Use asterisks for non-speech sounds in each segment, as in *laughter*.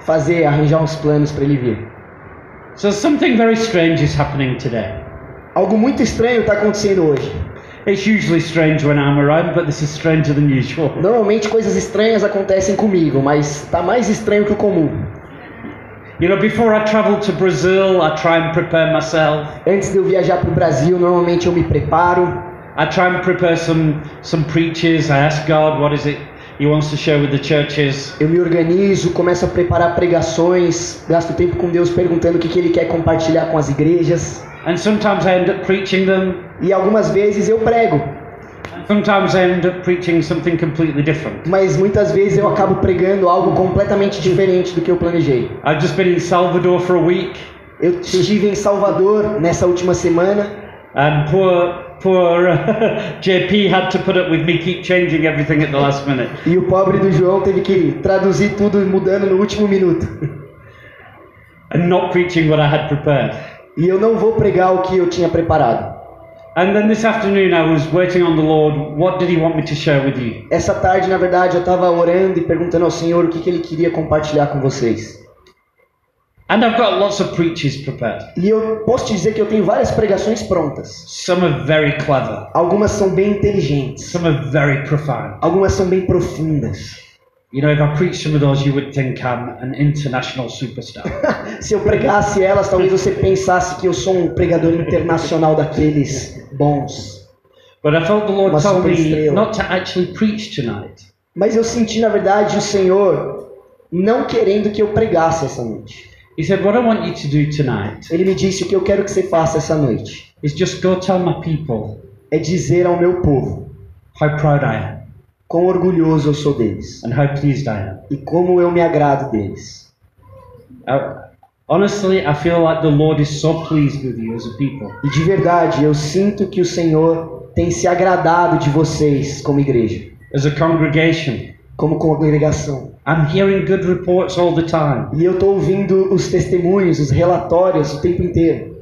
fazer, arranjar uns planos para ele vir. So something very strange is happening today. Algo muito estranho está acontecendo hoje. It's usually strange when I'm around, but this is stranger than usual. *laughs* Normalmente coisas estranhas acontecem comigo, mas tá mais estranho que o comum. You know, before I travel to Brazil, I try and prepare myself. Antes de eu viajar pro Brasil, normalmente eu me preparo. I try and prepare some some preachers. I ask God, what is it He wants to share with the churches? Eu me organizo, começo a preparar pregações, gasto tempo com Deus perguntando o que, que Ele quer compartilhar com as igrejas. And sometimes I end up preaching them. E algumas vezes eu prego, And sometimes I end up preaching something completely different. mas muitas vezes eu acabo pregando algo completamente diferente do que eu planejei. I've just been in Salvador for a week, Eu estive em Salvador nessa última semana and poor poor *laughs* JP had to put up with me keep changing everything at the last minute. e o pobre do João teve que traduzir tudo mudando no último minuto. and not preaching what I had prepared. E eu não vou pregar o que eu tinha preparado. And then this afternoon, I was waiting on the Lord. What did He want me to share with you? Essa tarde, na verdade, eu estava orando e perguntando ao Senhor o que, que Ele queria compartilhar com vocês. And I've got lots of preachers prepared. E eu posso te dizer que eu tenho várias pregações prontas. Some are very clever, Algumas são bem inteligentes, some are very profound. algumas são bem profundas. You know, if I preached some of those, you would think I'm an international superstar. *laughs* Se eu pregasse elas, talvez você pensasse que eu sou um pregador internacional daqueles bons. but I felt the Lord Must tell be me still. not to actually preach tonight. Mas eu senti, na verdade, o Senhor não querendo que eu pregasse essa noite. He said, What I want you to do tonight Ele me disse: o que eu quero que você faça essa noite is just go tell my people é dizer ao meu povo how proud I am quão orgulhoso eu sou deles and how pleased I am. e como eu me agrado deles. Uh, honestly, I feel like the Lord is so pleased with you as a people. E de verdade, eu sinto que o Senhor tem se agradado de vocês como igreja, as a congregation. como congregação. I'm hearing good reports all the time. E eu estou ouvindo os testemunhos, os relatórios o tempo inteiro.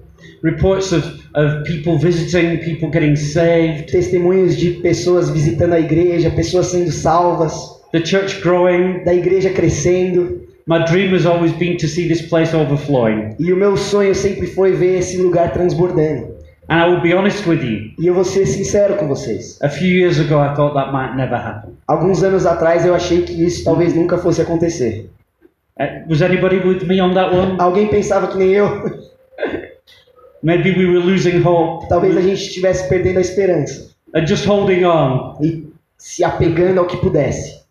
Reports of, of people visiting, people getting saved, testemunhos de pessoas visitando a igreja, pessoas sendo salvas, the church growing. da igreja crescendo. My dream has always been to see this place overflowing. E o meu sonho sempre foi ver esse lugar transbordando. And I will be honest with you, E eu vou ser sincero com vocês. a few years ago I thought that might never happen. Alguns anos atrás eu achei que isso talvez nunca fosse acontecer. Uh, was anybody with me on that one? Alguém pensava que nem eu, *laughs* Maybe we were losing hope talvez a gente estivesse perdendo a esperança and just holding on. e se apegando ao que pudesse.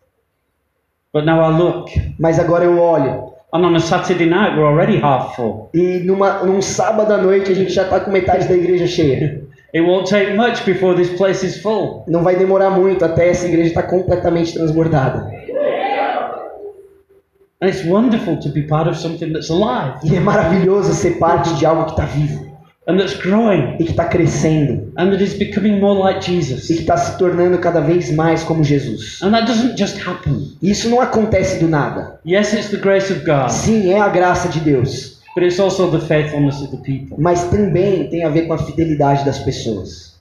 But now I look, Mas agora eu olho and on a Saturday night we're already half full. e numa, num sábado à noite a gente já está com metade da igreja cheia. It won't take much before this place is full. Não vai demorar muito até essa igreja estar completamente transbordada. And it's wonderful to be part of something that's alive. E é maravilhoso ser parte de algo que está vivo and that's growing e que está crescendo and that is becoming more like e Jesus. que está se tornando cada vez mais como Jesus. And that doesn't just happen. E Isso não acontece do nada. Yes, it's the grace of God, Sim, é a graça de Deus, but it's also the faithfulness of the people. mas também tem a ver com a fidelidade das pessoas.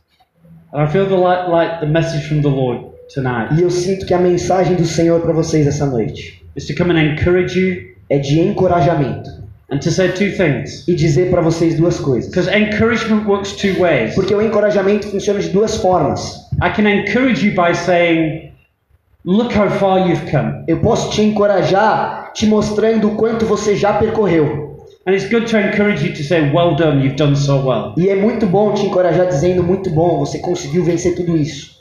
And I feel the like, like the message from the Lord tonight E eu sinto que a mensagem do Senhor para vocês essa noite is to come and encourage you é de encorajamento and to say two things. e dizer para vocês duas coisas. Because encouragement works two ways. Porque o encorajamento funciona de duas formas. I can encourage you by saying, Look how far you've come. Eu posso te encorajar te mostrando o quanto você já percorreu. And it's good to encourage you to say, Well done, you've done so well. E é muito bom te encorajar dizendo muito bom, você conseguiu vencer tudo isso.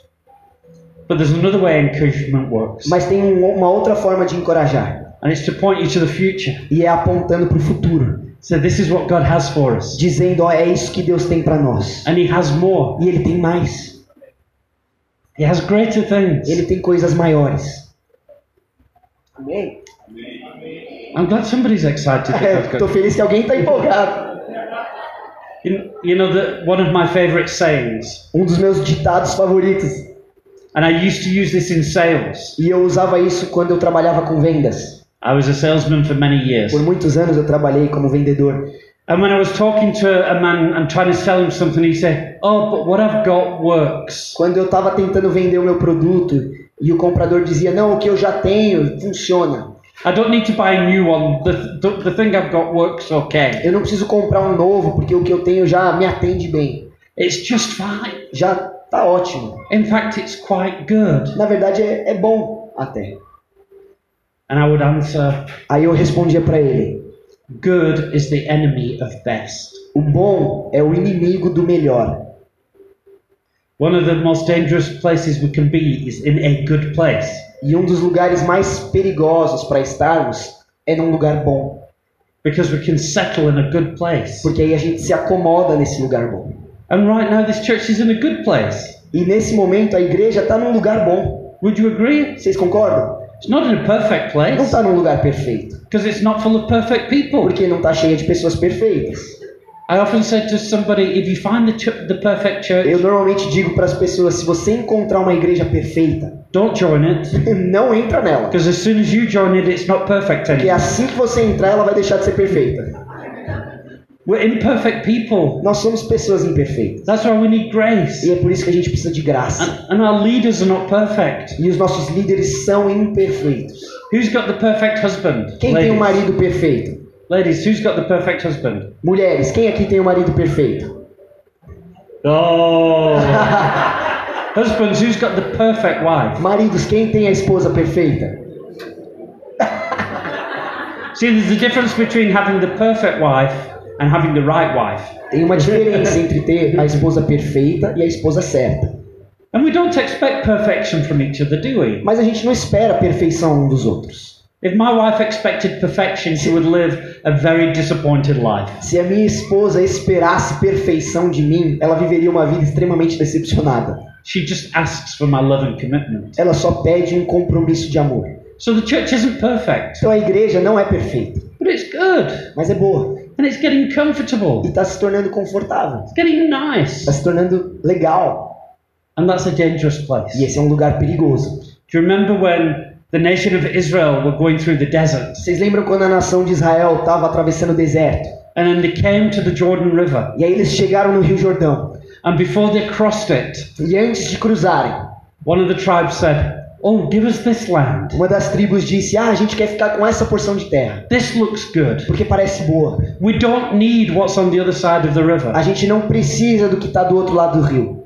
But there's another way encouragement works, Mas tem um- uma outra forma de encorajar, and it's to point you to the future. e é apontando para o futuro, So, this is what God has for us. dizendo: ó, é isso que Deus tem para nós. And he has more. E Ele tem mais, He has greater things. Ele tem coisas maiores. Amém? I'm glad *laughs* somebody's excited. That É, God's tô got- feliz que alguém tá empolgado. you, you know, the, one of my favorite sayings, Um dos meus ditados favoritos, and I used to use this in sales. e eu usava isso quando eu trabalhava com vendas. I was a salesman for many years. Por muitos anos eu trabalhei como vendedor. And when I was talking to a man and trying to sell him something, he said, Oh, but what I've got works. Quando eu tava tentando vender o meu produto e o comprador dizia: "Não, o que eu já tenho funciona". I don't need to buy a new one. The, the, the thing I've got works okay. Eu não preciso comprar um novo, porque o que eu tenho já me atende bem. It's just fine. Já tá ótimo. In fact, it's quite good. Na verdade, é, é bom até. And I would answer, Aí eu respondia pra ele: good is the enemy of best. o bom é o inimigo do melhor. One of the most dangerous places we can be is in a good place. E um dos lugares mais perigosos para estarmos é num lugar bom, Because we can settle in a good place. porque aí a gente se acomoda nesse lugar bom. And right now, this church is in a good place. E nesse momento a igreja tá num lugar bom. Would you agree? Vocês concordam? It's not in a perfect Não place tá num lugar perfeito, because it's not full of perfect people. porque não tá cheia de pessoas perfeitas. I often say to somebody, if you find the, ch- the perfect Eu church, normalmente digo para as pessoas: se você encontrar uma igreja perfeita, don't join it não entra nela. because as soon as you join it, it's not perfect Porque anymore. assim que você entrar, ela vai deixar de ser perfeita. We're imperfect people. Nós somos pessoas imperfeitas. That's why we need grace. E é por isso que a gente precisa de graça. And, and our leaders are not perfect. E os nossos líderes são imperfeitos. Who's got the perfect husband? Quem tem um Ladies. marido perfeito? Ladies, who's got the perfect husband? Mulheres, quem aqui tem um marido perfeito? *laughs* Oh. Husbands, who's got the perfect wife? Maridos, quem tem a esposa perfeita? See, there's a difference between having the perfect wife and having the right wife. Tem uma diferença entre ter a esposa perfeita e a esposa certa. And we don't expect perfection from each other, do we? Mas a gente não espera a perfeição um dos outros. If my wife expected perfection, she would live a very disappointed life. Se a minha esposa esperasse perfeição de mim, ela viveria uma vida extremamente decepcionada. She just asks for my love and commitment. Ela só pede um compromisso de amor. So the church isn't perfect, Então a igreja não é perfeita, but it's good. mas é boa. And it's getting E comfortable, está se tornando confortável. it's getting nice. Está se tornando legal. And that's a dangerous place. E esse é um lugar perigoso. Do you remember when the nation of Israel were going through the desert Vocês lembram quando a nação de Israel estava atravessando o deserto? and then they came to the Jordan River? E aí eles chegaram no Rio Jordão. And before they crossed it, E antes de cruzarem, One of the tribes said, Oh, give us this land. uma das tribos disse: Ah, a gente quer ficar com essa porção de terra, This looks good. porque parece boa. We don't need what's on the other side of the A river. gente não precisa do que está do outro lado do rio.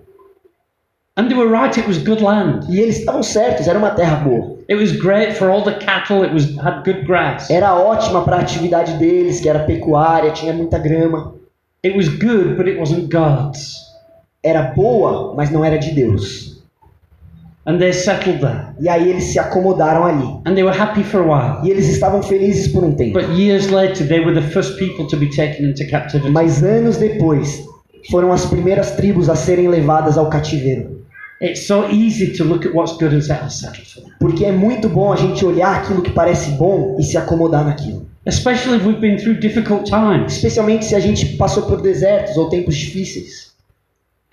And they were right, it was good land. E eles estavam certos, era uma terra boa. It was great for all the cattle, it was had good grass. Era ótima para a atividade deles, que era pecuária, tinha muita grama. It was good, but it wasn't God's. Era boa, mas não era de Deus. And they settled there. E aí eles se acomodaram ali. And they were happy for a while. E eles estavam felizes por um tempo. But years later, they were the first people to be taken into captivity. Mas anos depois, foram as primeiras tribos a serem levadas ao cativeiro. It's so easy to look at what's good and say, I'll settle for that. Porque é muito bom a gente olhar aquilo que parece bom e se acomodar naquilo. Especially if we've been through difficult times. Especialmente se a gente passou por desertos ou tempos difíceis.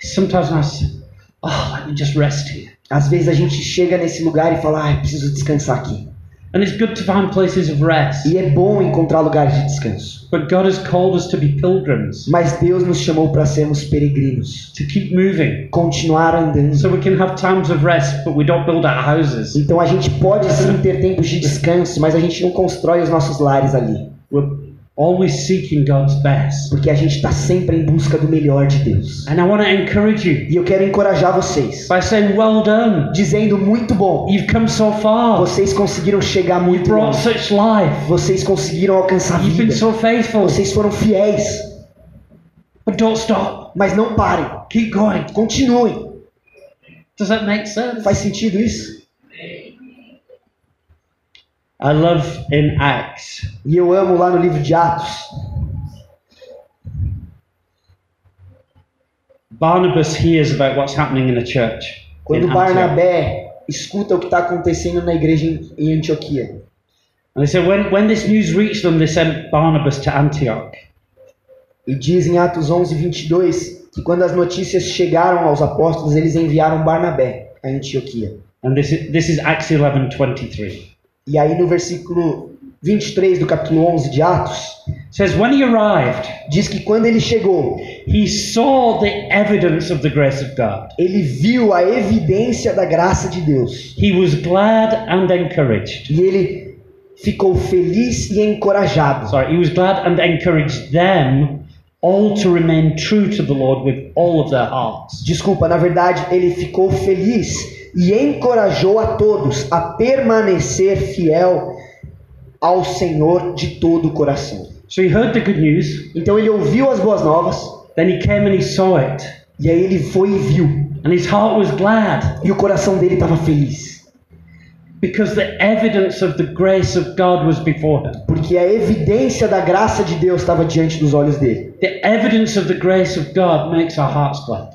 Sometimes I say, Oh, let me just rest here. Às vezes a gente chega nesse lugar e fala, ah, eu preciso descansar aqui. And it's good to find places of rest. E é bom encontrar lugares de descanso. But God has called us to be pilgrims, Mas Deus nos chamou para sermos peregrinos, to keep moving, continuar andando. so we can have times of rest, but we don't build our houses. Então a gente pode sim ter tempos de descanso, mas a gente não constrói os nossos lares ali. We're always seeking God's best. Porque a gente está sempre em busca do melhor de Deus. And I want to encourage you E eu quero encorajar vocês, by saying, Well done. dizendo muito bom. You've come so far. Vocês conseguiram chegar muito Brought longe. such life. Vocês conseguiram alcançar a You've vida. been so faithful. Vocês foram fiéis. But don't stop. Mas não parem. Keep going. Continuem. Does that make sense? Faz sentido isso? I love in Acts. E eu amo lá no livro de Atos. Barnabas hears about what's happening in the church. Quando in Antioch. Barnabé escuta o que está acontecendo na igreja em- em Antioquia. And they said, when, when this news reached them, they sent Barnabas to Antioch. E diz em Atos 11, 22, que quando as notícias chegaram aos apóstolos, eles enviaram Barnabé a Antioquia. And this is, this is Acts 11 23. E aí no versículo 23 do capítulo 11 de Atos, It says, When he arrived, diz que quando ele chegou, he saw the evidence of the grace of God. ele viu a evidência da graça de Deus. He was glad and encouraged. E ele ficou feliz e encorajado. Sorry, he was glad and encouraged them all to remain true to the Lord with all of their hearts. Desculpa, na verdade, ele ficou feliz e encorajou a todos a permanecer fiel ao Senhor de todo o coração. So he heard the good news, Então ele ouviu as boas novas then he came and he saw it, e aí ele foi e viu and his heart was glad e o coração dele estava feliz, because the evidence of the grace of God was before him. porque a evidência da graça de Deus estava diante dos olhos dele. The evidence of the grace of God makes our hearts glad.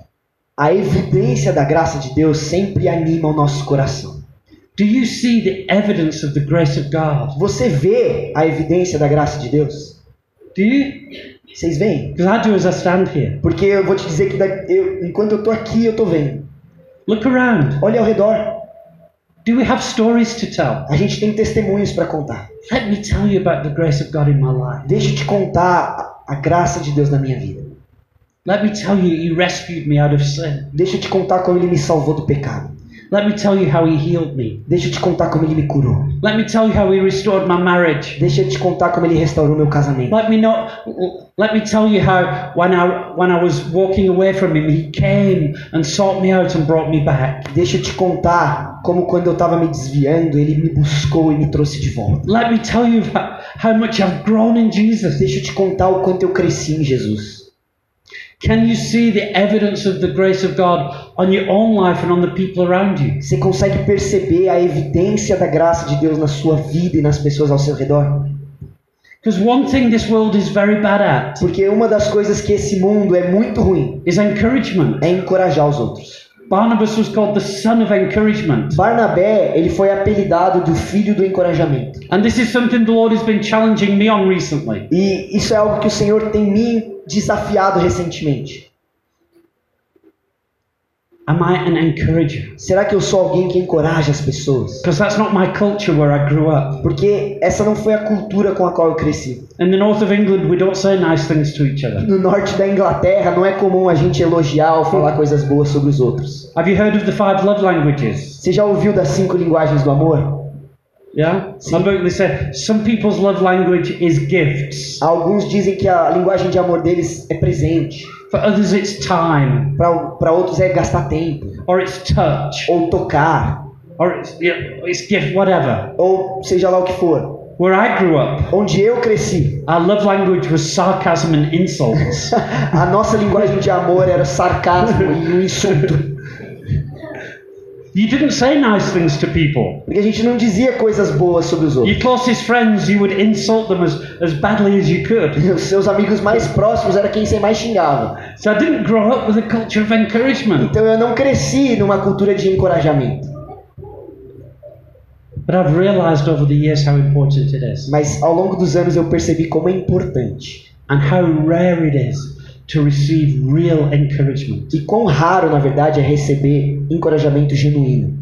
A evidência da graça de Deus sempre anima o nosso coração. Do you see the evidence of the grace of God? Você vê a evidência da graça de Deus? Do you? Vocês veem? Because I do as I stand here. Porque eu vou te dizer que da- eu- enquanto eu tô aqui, eu tô vendo. Look around. Olha ao redor. Do we have stories to tell? A gente tem testemunhos para contar. Let me tell you about the grace of God in my life. Deixa eu te contar a a graça de Deus na minha vida. Let me tell you, He rescued me out of sin. Deixa eu te contar como ele me salvou do pecado. Let me tell you how He healed me. Deixa eu te contar como ele me curou. Let me tell you how He restored my marriage. Deixa eu te contar como ele restaurou meu casamento. Let me not. Let me tell you how when I when I was walking away from Him, He came and sought me out and brought me back. Deixa eu te contar como quando eu tava me desviando, ele me buscou e me trouxe de volta. Let me tell you about how much I've grown in Jesus. Deixa eu te contar o quanto eu cresci em Jesus. Can you see the evidence of the grace of God on your own life and on the people around you? Você consegue perceber a evidência da graça de Deus na sua vida e nas pessoas ao seu redor? Because one thing this world is very bad at Porque uma das coisas que esse mundo é muito ruim is encouragement. é encorajar os outros. Barnabas was called the son of encouragement. Barnabé, ele foi apelidado do filho do encorajamento. And this is something the Lord has been challenging me on recently. E isso é algo que o Senhor tem me desafiado recentemente. Am I an encourager? Será que eu sou alguém que encoraja as pessoas? Because that's not my culture where I grew up. Porque essa não foi a cultura com a qual eu cresci. In the north of England, we don't say nice things to each other. No norte da Inglaterra não é comum a gente elogiar ou falar coisas boas sobre os outros. Have you heard of the five love languages? Você já ouviu das cinco linguagens do amor? Yeah? See. About they say some people's love language is gifts. Alguns dizem que a linguagem de amor deles é presente. For others, it's time, Para outros é gastar tempo, or it's touch, ou tocar, or it's, yeah, it's gift, whatever. ou seja lá o que for. Where I grew up, Onde eu cresci, our love language was sarcasm and *laughs* insults. a nossa linguagem de amor era sarcasmo e um insulto. you didn't say nice things to people. Porque a gente não dizia coisas boas sobre os outros. Your closest friends, you would insult them as, as badly as you could. Os seus amigos mais próximos era quem você mais xingava. So I didn't grow up with a culture of encouragement, Então eu não cresci numa cultura de encorajamento. but I've realized over the years how important it is Mas ao longo dos anos eu percebi como é importante and how rare it is to receive real encouragement. e quão raro, na verdade, é receber encorajamento genuíno.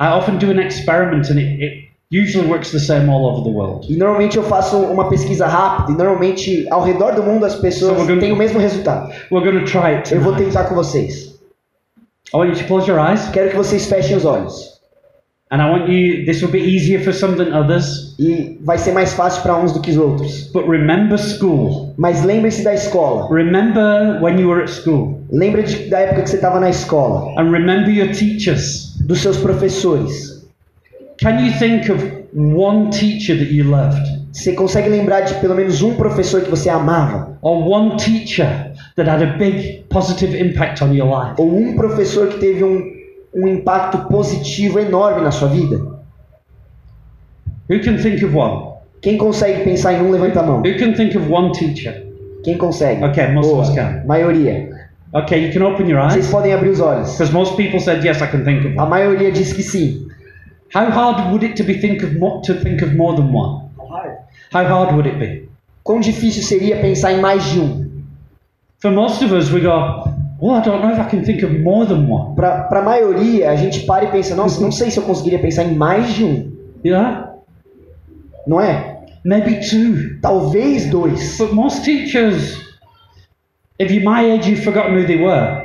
I often do an experiment and it, it usually works the same all over the world. E normalmente eu faço uma pesquisa rápida e normalmente ao redor do mundo as pessoas Sobre- têm o mesmo resultado. We're going to try it. Eu vou tonight. tentar com vocês. I want you to close your eyes Quero que vocês fechem os olhos. and I want you, this will be easier for some than others, E vai ser mais fácil para uns do que os outros. but remember school. Mas lembre-se da escola. Remember when you were at school Lembre de, da época que você estava na escola, and remember your teachers. dos seus professores. Can you think of one teacher that you loved Você consegue lembrar de pelo menos um professor que você amava? or one teacher that had a big positive impact on your life? Ou um professor que teve um, um impacto positivo enorme na sua vida? Who can think of one? Quem consegue pensar em um, levanta a mão. Who can think of one teacher? Quem consegue? Ok, most of Boa. us can. Maioria. Okay, you can open your eyes Vocês podem abrir os olhos. because most people said yes, I can think of A one. maioria diz que sim. How hard would it to be think of more, to think of more than one? How hard would it be? Quão difícil seria pensar em mais de um? For most of us, we go, well, I don't know if I can think of more than one. Pra, pra maioria, a gente para e pensa, nossa, não sei se eu conseguiria pensar em mais de um. Yeah, Não é? maybe two. Talvez *laughs* dois. But most teachers, if you're my age, you've forgotten who they were.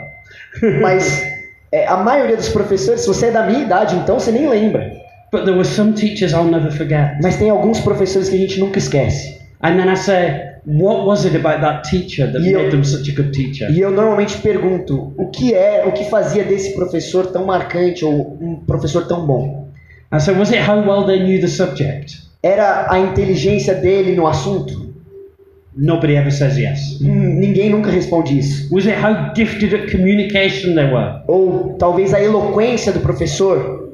Mas é, a maioria dos professores, se você é da minha idade, então você nem lembra. But there were some teachers I'll never forget. Mas tem alguns professores que a gente nunca esquece. And then I say, what was it about that teacher that Yeah. made them such a good teacher? E eu normalmente pergunto o que é, o que fazia desse professor tão marcante ou um professor tão bom? I said, was it how well they knew the subject? Era a inteligência dele no assunto? Nobody ever says yes. Hum, ninguém nunca responde isso. Was it how gifted at communication they were? Ou talvez a eloquência do professor?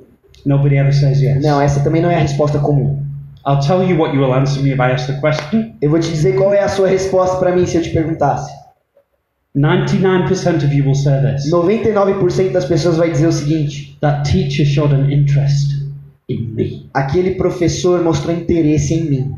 Nobody ever says yes. Não, essa também não é a resposta comum. I'll tell you what you will answer me if I ask the question. Eu vou te dizer qual é a sua resposta para mim se eu te perguntasse. 99% of you will say this. 99% das pessoas vai dizer o seguinte: That teacher showed an interest in me. aquele professor mostrou interesse em mim.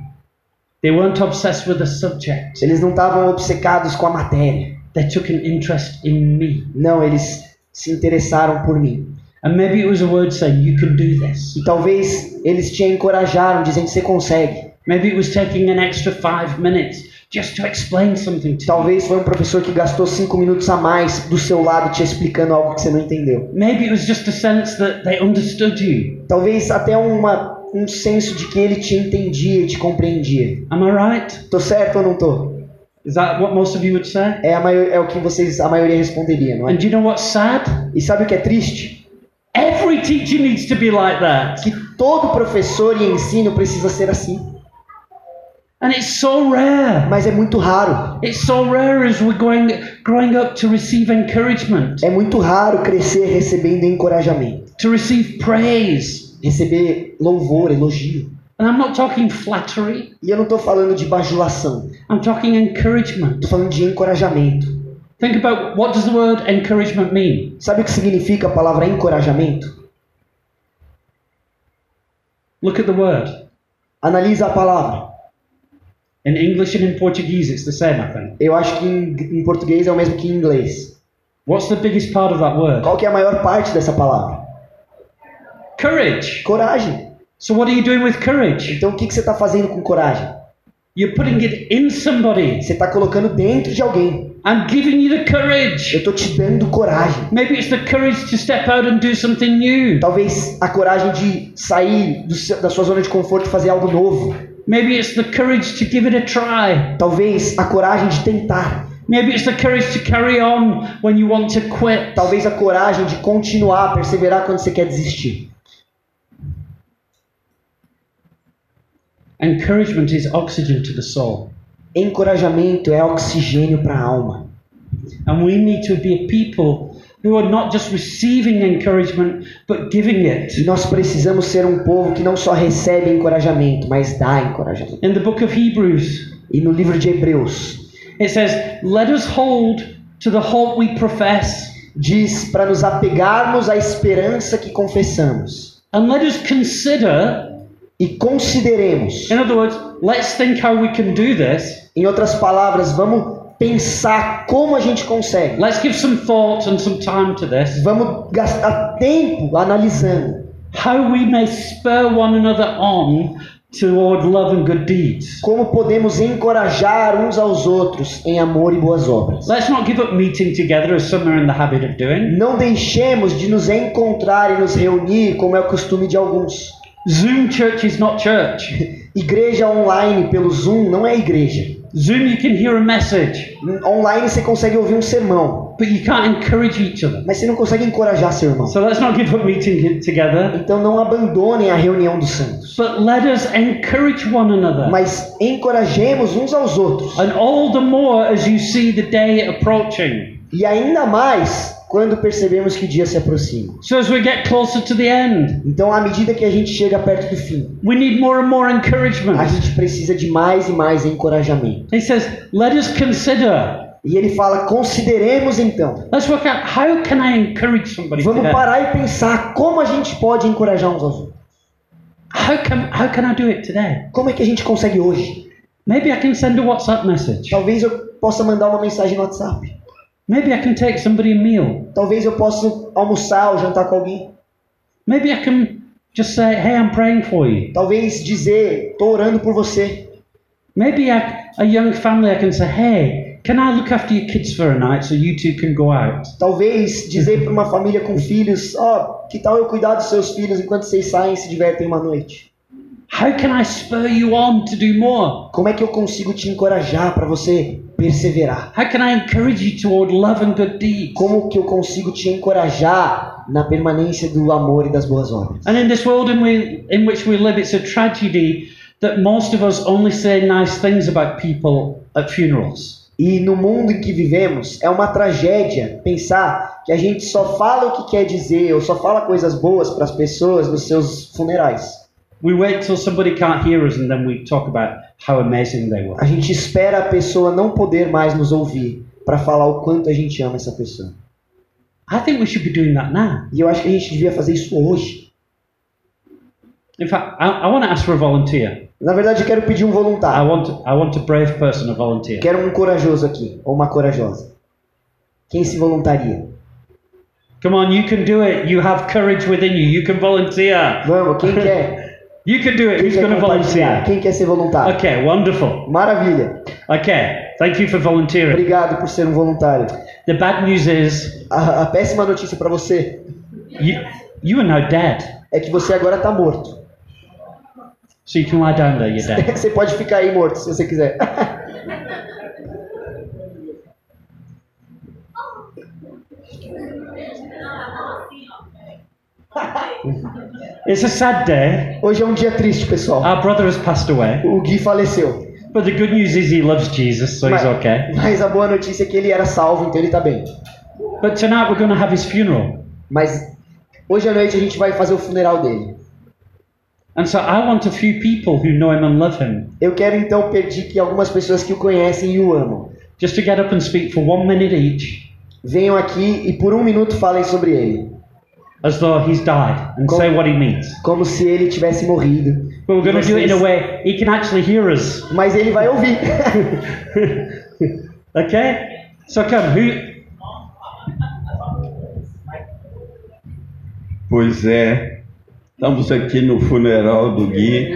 They weren't obsessed with the subject. Eles não estavam obcecados com a matéria. They took an interest in me. Não, eles se interessaram por mim. And maybe it was a word saying, you can do this. E talvez eles te encorajaram, dizendo você consegue. Maybe it was taking an extra five minutes just to explain something to you. Talvez foi um professor que gastou cinco minutos a mais do seu lado te explicando algo que você não entendeu. Maybe it was just a sense that they understood you. Talvez até uma, um senso de que ele te entendia e te compreendia. Am I right? Tô certo ou não tô? Is that what most of you would say? É, a maior, é o que vocês, a maioria responderia, não é? And do you know what's sad? E sabe o que é triste? Every teacher needs to be like that. Que todo professor e ensino precisa ser assim. And it's so rare. Mas é muito raro. It's so rare as we're going, growing up to receive encouragement, É muito raro crescer recebendo encorajamento. to receive praise. Receber louvor, elogio. And I'm not talking flattery, E eu não tô falando de bajulação. I'm talking encouragement. Tô falando de encorajamento. Think about what does the word encouragement mean? Sabe o que significa a palavra encorajamento? Look at the word. Analisa a palavra. In English and in Portuguese, it's the same, I think. Eu acho que em, em português é o mesmo que em inglês. What's the biggest part of that word? Qual que é a maior parte dessa palavra? Courage. Coragem. So, what are you doing with courage? Então o que, que você está fazendo com coragem? You're putting it in somebody. Você está colocando dentro de alguém. I'm giving you the courage. Eu tô te dando coragem. Maybe it's the courage to step out and do something new. Talvez a coragem de sair do seu- da sua zona de conforto e fazer algo novo. Maybe it's the courage to give it a try. Talvez a coragem de tentar. Maybe it's the courage to carry on when you want to quit. Talvez a coragem de continuar, perseverar quando você quer desistir. Encouragement is oxygen to the soul. Encorajamento é oxigênio para a alma. And we need to be a people who are not just receiving encouragement, but giving it. E nós precisamos ser um povo que não só recebe encorajamento, mas dá encorajamento. In the book of Hebrews, E no livro de Hebreus it says, Let us hold to the hope we profess, diz para nos apegarmos à esperança que confessamos and let us consider, e consideremos. in other words, let's think how we can do this. Em outras palavras, vamos pensar como a gente consegue. Let's give some thought and some time to this. Vamos gastar tempo analisando How we may spur one another on toward love and good deeds. como podemos encorajar uns aos outros em amor e boas obras. Let's not give up meeting together as some are in the habit of doing. Não deixemos de nos encontrar e nos reunir como é o costume de alguns. Zoom church is not church. Igreja online pelo Zoom não é igreja. Zoom, you can hear a message, Online você consegue ouvir um sermão, but you can't encourage each other. mas você não consegue encorajar seu irmão. So let's not give up meeting together, Então não abandonem a reunião dos santos, but let us encourage one another. mas encorajemos uns aos outros. And all the more as you see the day approaching. E ainda mais quando percebemos que o dia se aproxima. So as we get closer to the end, Então, à medida que a gente chega perto do fim, we need more and more a encouragement. gente precisa de mais e mais encorajamento. He says, let us consider. E ele fala: consideremos então. Let's work out how can I encourage somebody Vamos *laughs* today? parar e pensar como a gente pode encorajar uns aos outros. How can how can I do it today? Como é que a gente consegue hoje? Maybe I can send a WhatsApp message. Talvez eu possa mandar uma mensagem no WhatsApp. Maybe I can take somebody a meal. Talvez eu possa almoçar ou jantar com alguém. Maybe I can just say, hey, I'm praying for you. Talvez dizer, tô orando por você. Maybe I, a young family, I can say, hey, Can I look after your kids for a night so you two can go out? Talvez dizer para uma família com filhos, ó, que tal eu cuidar dos seus filhos enquanto vocês saem e se divertem uma noite? How can I spur you on to do more? Como é que eu consigo te encorajar para você perseverar? How can I encourage you toward love and good deeds? Como que eu consigo te encorajar na permanência do amor e das boas obras? And in this world in, we, in which we live, it's a tragedy that most of us only say nice things about people at funerals. E no mundo em que vivemos, é uma tragédia pensar que a gente só fala o que quer dizer ou só fala coisas boas para as pessoas nos seus funerais. We wait till somebody can't hear us and then we talk about how amazing they were. A gente espera a pessoa não poder mais nos ouvir para falar o quanto a gente ama essa pessoa. I think we should be doing that now. E eu acho que a gente devia fazer isso hoje. In fact, I, I want to ask for a volunteer. Na verdade, eu quero pedir um I voluntário. want I want a brave person, a volunteer. Quero um corajoso aqui, ou uma corajosa. Quem se voluntaria? Come on, you can do it. You have courage within you. You can volunteer. Vamos, quem quer? You can do it. Quem Who's going quer to compartilhar? volunteer? Quem quer ser voluntário? Okay, wonderful. Maravilha. Okay, thank you for volunteering. Obrigado por ser um voluntário. The bad news is A, a péssima notícia para você you you are now dead, é que você agora tá morto. *laughs* so you can lie down there. You're dead. Você pode ficar aí morto se você quiser. It's a sad day. Hoje é um dia triste, pessoal. Our brother has passed away, O Gui faleceu. but the good news is he loves Jesus, so he's okay. Mas, mas a boa notícia é que ele era salvo, então ele tá bem. But tonight we're going to have his funeral, Mas hoje à noite a gente vai fazer o funeral dele. and so I want a few people who know him and love him Eu quero então pedir que algumas pessoas que o conhecem e o amam just to get up and speak for one minute each, venham aqui e por um minuto falem sobre ele, as though he's died, and say what he means. como se ele tivesse morrido. But we're going to do it in a Vocês- way he can actually hear us. Mas ele vai *laughs* ouvir. Okay? So come, who? Pois é, estamos aqui no funeral do Gui.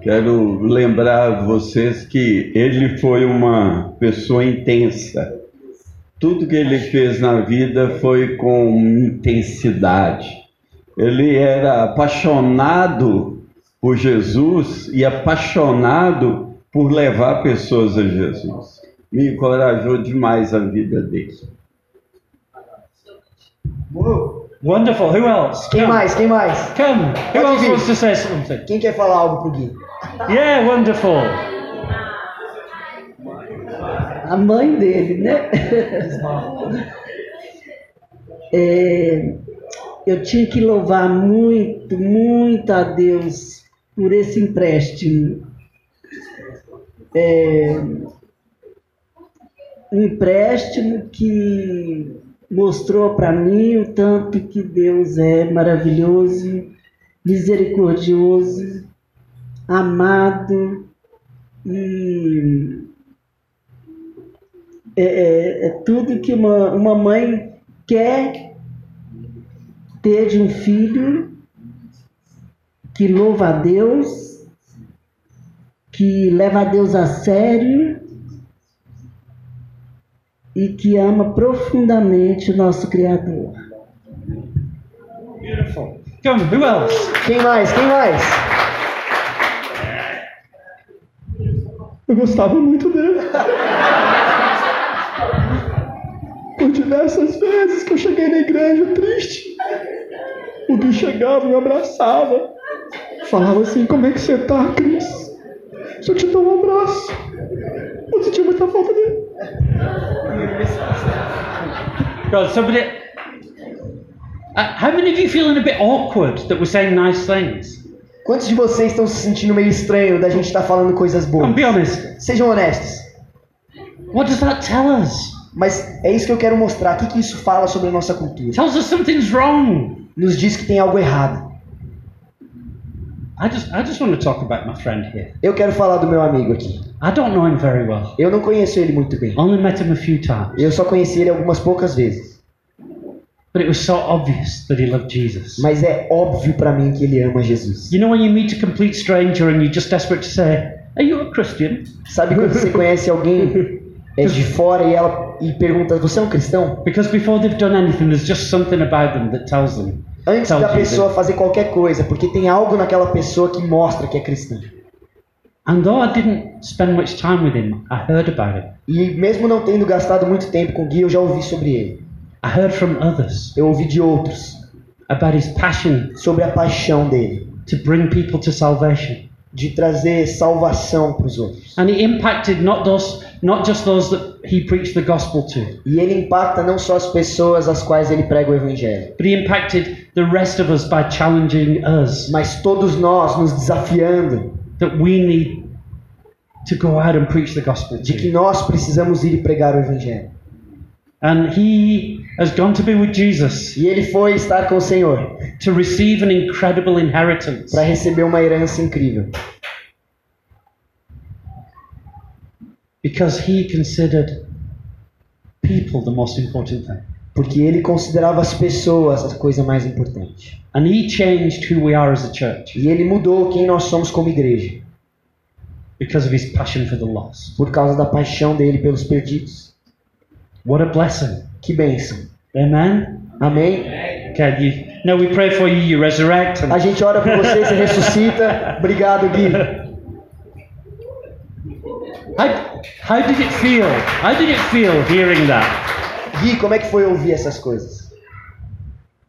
Quero lembrar a vocês que ele foi uma pessoa intensa. Tudo que ele fez na vida foi com intensidade. Ele era apaixonado por Jesus e apaixonado por levar pessoas a Jesus. Me encorajou demais a vida dele. Wonderful. Who else? Quem Come. mais? Quem mais? Come. Who What is else it? wants to say something? Quem quer falar algo pro Gui? Yeah, wonderful. a mãe dele, né? É, eu tinha que louvar muito, muito a Deus por esse empréstimo. É, um empréstimo que mostrou para mim o tanto que Deus é maravilhoso, misericordioso, amado e é, é- é tudo que uma, uma mãe quer ter de um filho que louva a Deus, que leva a Deus a sério e que ama profundamente o nosso Criador. Beautiful. Come. Who else? Quem mais? Quem mais? Eu gostava muito dele. Por diversas vezes que eu cheguei na igreja triste, o Gui chegava, me abraçava, falava assim: Como é que você tá, Cris? Se eu te dou um abraço, você tinha muita falta dele. God, somebody. Uh, how many of you feeling a bit awkward that we're saying nice things? Quantos de vocês estão se sentindo meio estranho da gente estar falando coisas Come, boas? be honest. Sejam honestos. What does that tell us? Mas é isso que eu quero mostrar. O que, que isso fala sobre a nossa It cultura? tells us something's wrong. Nos diz que tem algo errado. I just, I just want to talk about my friend here. Eu quero falar do meu amigo aqui. I don't know him very well. Eu não conheço ele muito bem. Only met him a few times, Eu só conheci ele algumas poucas vezes. but it was so obvious that he loved Jesus. Mas é óbvio pra mim que ele ama Jesus. You know when you meet a complete stranger and you're just desperate to say, Are you a Christian? Sabe quando você conhece alguém é de fora e ela e pergunta, você é um cristão? Because before they've done anything, there's just something about them that tells them. Antes Então, da Jesus. pessoa fazer qualquer coisa, porque tem algo naquela pessoa que mostra que é cristã. And though I didn't spend much time with him, I heard about him. E mesmo não tendo gastado muito tempo com o Gui, eu já ouvi sobre ele. I heard from others Eu ouvi de outros about his passion sobre a paixão dele, to bring people to salvation. de trazer salvação para os outros. And it impacted not those, not just those that he preached the gospel to, E ele impacta não só as pessoas às quais ele prega o evangelho, but he impacted the rest of us by challenging us mas todos nós nos desafiando that we need to go out and preach the gospel de que to. nós precisamos ir e pregar o evangelho. And he has gone to be with Jesus E ele foi estar com o Senhor to receive an incredible inheritance. para receber uma herança incrível, Because he considered people the most important thing. porque ele considerava as pessoas a coisa mais importante. And he changed who we are as a church E ele mudou quem nós somos como igreja, because of his passion for the lost. por causa da paixão dele pelos perdidos. What a blessing. Que bênção. Amen. Amém? Okay, you, no, we pray for you, you resurrect. A And, gente ora por você, você ressuscita. Obrigado, Gui. how, how did it feel? How did it feel hearing that? Gui, como é que foi ouvir essas coisas?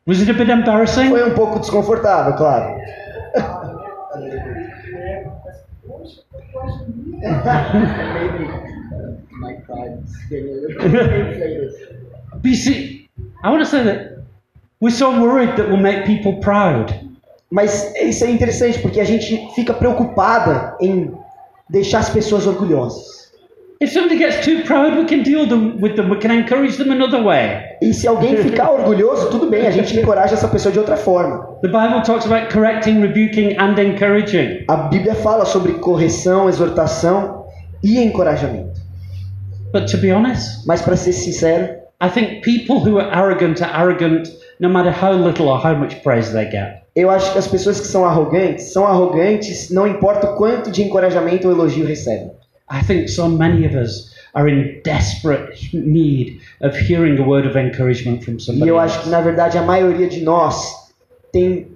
Was it a bit embarrassing? Foi um pouco desconfortável, claro. But you see, I want to say that we're so worried that we'll make people proud. Mas isso é interessante porque a gente fica preocupada em deixar as pessoas orgulhosas. If somebody gets too proud, we can deal them, with them. We can encourage them another way. E se alguém ficar orgulhoso, tudo bem, a gente encoraja essa pessoa de outra forma. The Bible talks about correcting, rebuking, and encouraging. A Bíblia fala sobre correção, exortação e encorajamento. But to be honest, Mas para ser sincero, I think people who are arrogant are arrogant no matter how little or how much praise they get. eu acho que as pessoas que são arrogantes são arrogantes, não importa o quanto de encorajamento ou elogio recebem. I think so many of us are in desperate need of hearing a word of encouragement from E somebody. eu else. acho que, na verdade, a maioria de nós tem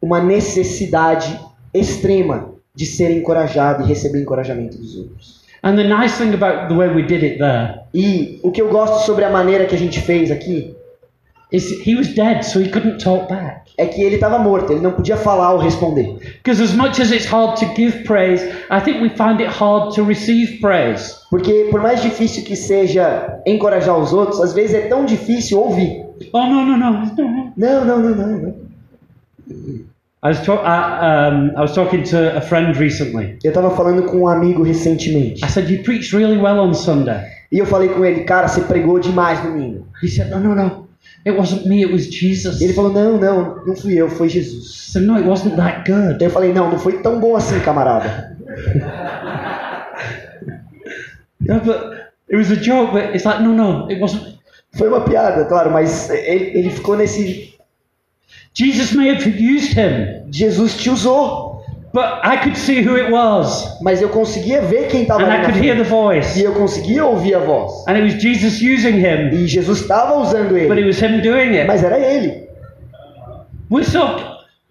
uma necessidade extrema de ser encorajado e receber encorajamento dos outros. And the nice thing about the way we did it there E o que eu gosto sobre a maneira que a gente fez aqui is he was dead, so he couldn't talk back. é que ele estava morto, ele não podia falar ou responder. Because as much as it's hard to give praise, I think we find it hard to receive praise. Porque, por mais difícil que seja encorajar os outros, às vezes é tão difícil ouvir. Oh no no no! no. Não, não, não, não. não. I was, talk- I, um, I was talking to a friend recently. Eu estava falando com um amigo recentemente. I said, "You preached really well on Sunday." E eu falei com ele, cara, você pregou demais domingo. He said, No, no, no. It wasn't me, it was Jesus. Ele falou, não, não, não fui eu, foi Jesus. I said, No, it wasn't that good. Daí eu falei, não, não foi tão bom assim, camarada. Yeah, but it was a joke, but it's like, No, no, it wasn't. Foi uma piada, claro, mas ele, ele ficou nesse. Jesus may have used him, Jesus te usou, but I could see who it was, mas eu conseguia ver quem estava and ali. I na could hear frente. the E voice, eu conseguia ouvir a voz. and it was Jesus using him, E Jesus estava usando but it ele, was him doing it. mas era ele. We're so,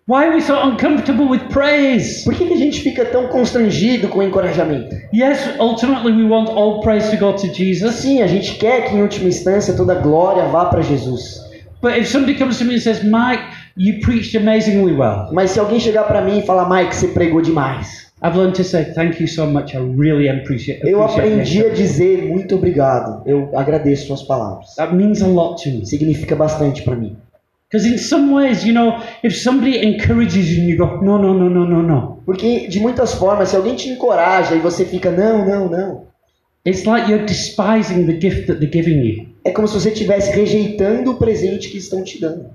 why are we so uncomfortable with praise? Por que, que a gente fica tão constrangido com o encorajamento? Yes, ultimately we want all praise to go to Jesus, Sim, a gente quer que em última instância toda a glória vá para Jesus. but if somebody comes to me and says, Mike, you preached amazingly well, Mas se alguém chegar para mim e falar, Mike, você pregou demais. I've learned to say, Thank you so much, I really appreciate, Eu appreciate aprendi it. a dizer muito obrigado. Eu agradeço suas palavras. That means a lot to me. Significa bastante para mim. Because in some ways, you know, if somebody encourages you and you go, no, no, no, no, no, no, Porque de muitas formas, se alguém te encoraja e você fica, não, não, não. it's like you're despising the gift that they're giving you. É como se você estivesse rejeitando o presente que estão te dando.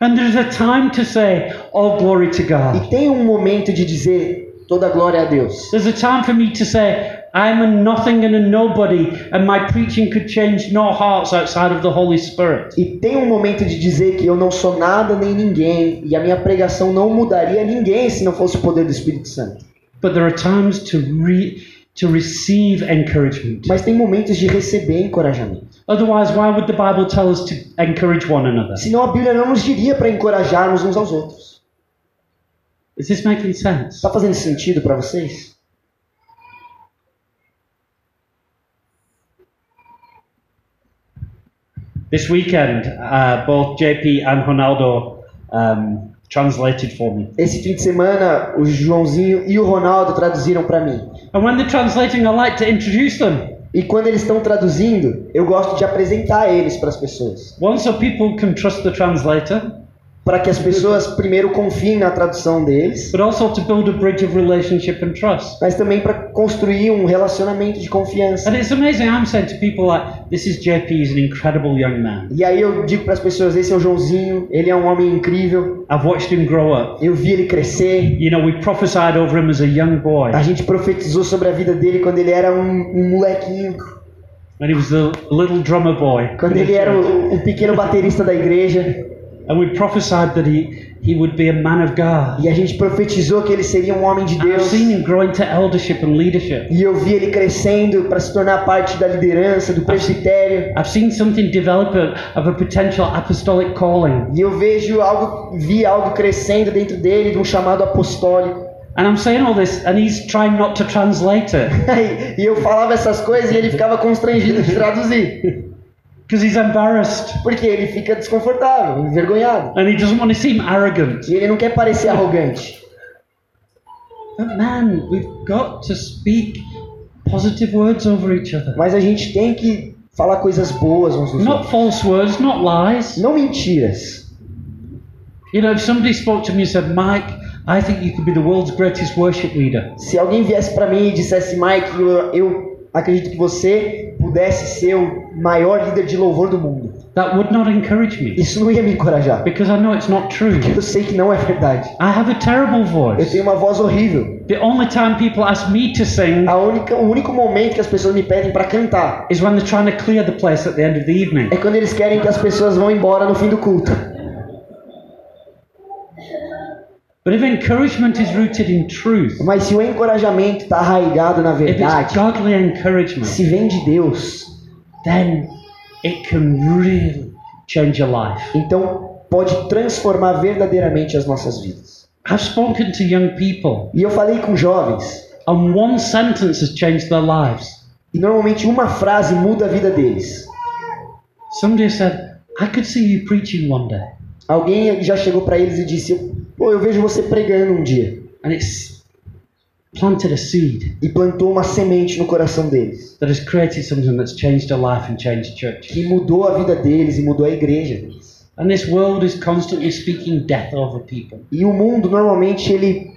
And there's a time to say, all glory to God. E tem um momento de dizer toda glória a Deus. There's a time for me to say, I'm a nothing and a nobody, and my preaching could change no hearts outside of the Holy Spirit. E tem um momento de dizer que eu não sou nada nem ninguém e a minha pregação não mudaria ninguém se não fosse o poder do Espírito Santo. But there are times to re, to receive encouragement. Mas tem momentos de receber encorajamento. Otherwise, why would the Bible tell us to encourage one another? Senão a Bíblia não nos diria para encorajarmos uns aos outros. Is this making sense? Está fazendo sentido para vocês? This weekend, uh, both JP and Ronaldo um, translated for me. Esse fim de semana, o Joãozinho e o Ronaldo traduziram para mim. And when they're translating, I like to introduce them. E quando eles estão traduzindo, eu gosto de apresentar eles para as pessoas. One, so people can trust the translator, Para que as pessoas primeiro confiem na tradução deles, but also to build a bridge of relationship and trust. mas também para construir um relacionamento de confiança. And it's amazing. I'm saying to people like, "This is JP. He's an incredible young man. E aí eu digo para as pessoas: esse é o Joãozinho, ele é um homem incrível. I've watched him grow up. Eu vi ele crescer. You know, we prophesied over him as a young boy, A gente profetizou sobre a vida dele quando ele era um, um molequinho, when he was a little drummer boy. quando ele era o, o pequeno baterista da igreja. And we prophesied that he he would be a man of God. E a gente profetizou que ele seria um homem de I've Deus. seen him grow into eldership and leadership. E eu vi ele crescendo para se tornar parte da liderança, do presbitério. I've seen something develop a, of a potential apostolic calling. E eu vejo algo, vi algo crescendo dentro dele, de um chamado apostólico. *laughs* And I'm saying all this, and he's trying not to translate it E eu falava essas coisas e ele ficava constrangido de traduzir. because he's embarrassed Porque ele fica desconfortável, envergonhado. and he doesn't want to seem arrogant. E ele não quer parecer arrogante. But man, we've got to speak positive words over each other. Mas a gente tem que falar coisas boas uns dos outros. Not false words, not lies. Não mentiras. You know, if somebody spoke to me and said, Mike, I think you could be the world's greatest worship leader. Se alguém viesse pra mim e dissesse, Mike, eu, eu acredito que você pudesse ser o maior líder de louvor do mundo. That would not encourage me Isso não ia me encorajar. because I know it's not true. Eu sei que não é verdade. I have a terrible Eu voice. tenho uma voz horrível. The only time people ask me to sing A única, o único momento que as pessoas me pedem pra cantar is when they're trying to clear the place at the end of the evening. é quando eles querem que as pessoas vão embora no fim do culto. But if encouragement is rooted in truth, Mas se o encorajamento está arraigado na if it's verdade, godly encouragement, se vem de Deus, then it can really change your life. então pode transformar verdadeiramente as nossas vidas. I've spoken to young people, E eu falei com jovens, and one sentence has changed their lives. e normalmente uma frase muda a vida deles. Somebody said, I could see you preaching one day. Alguém já chegou para eles e disse: Pô, eu vejo você pregando um dia. And it's planted a seed E plantou uma semente no coração deles, that has created something that's changed their life and changed church. que mudou a vida deles e mudou a igreja. And this world is constantly speaking death over people, E o mundo, normalmente, ele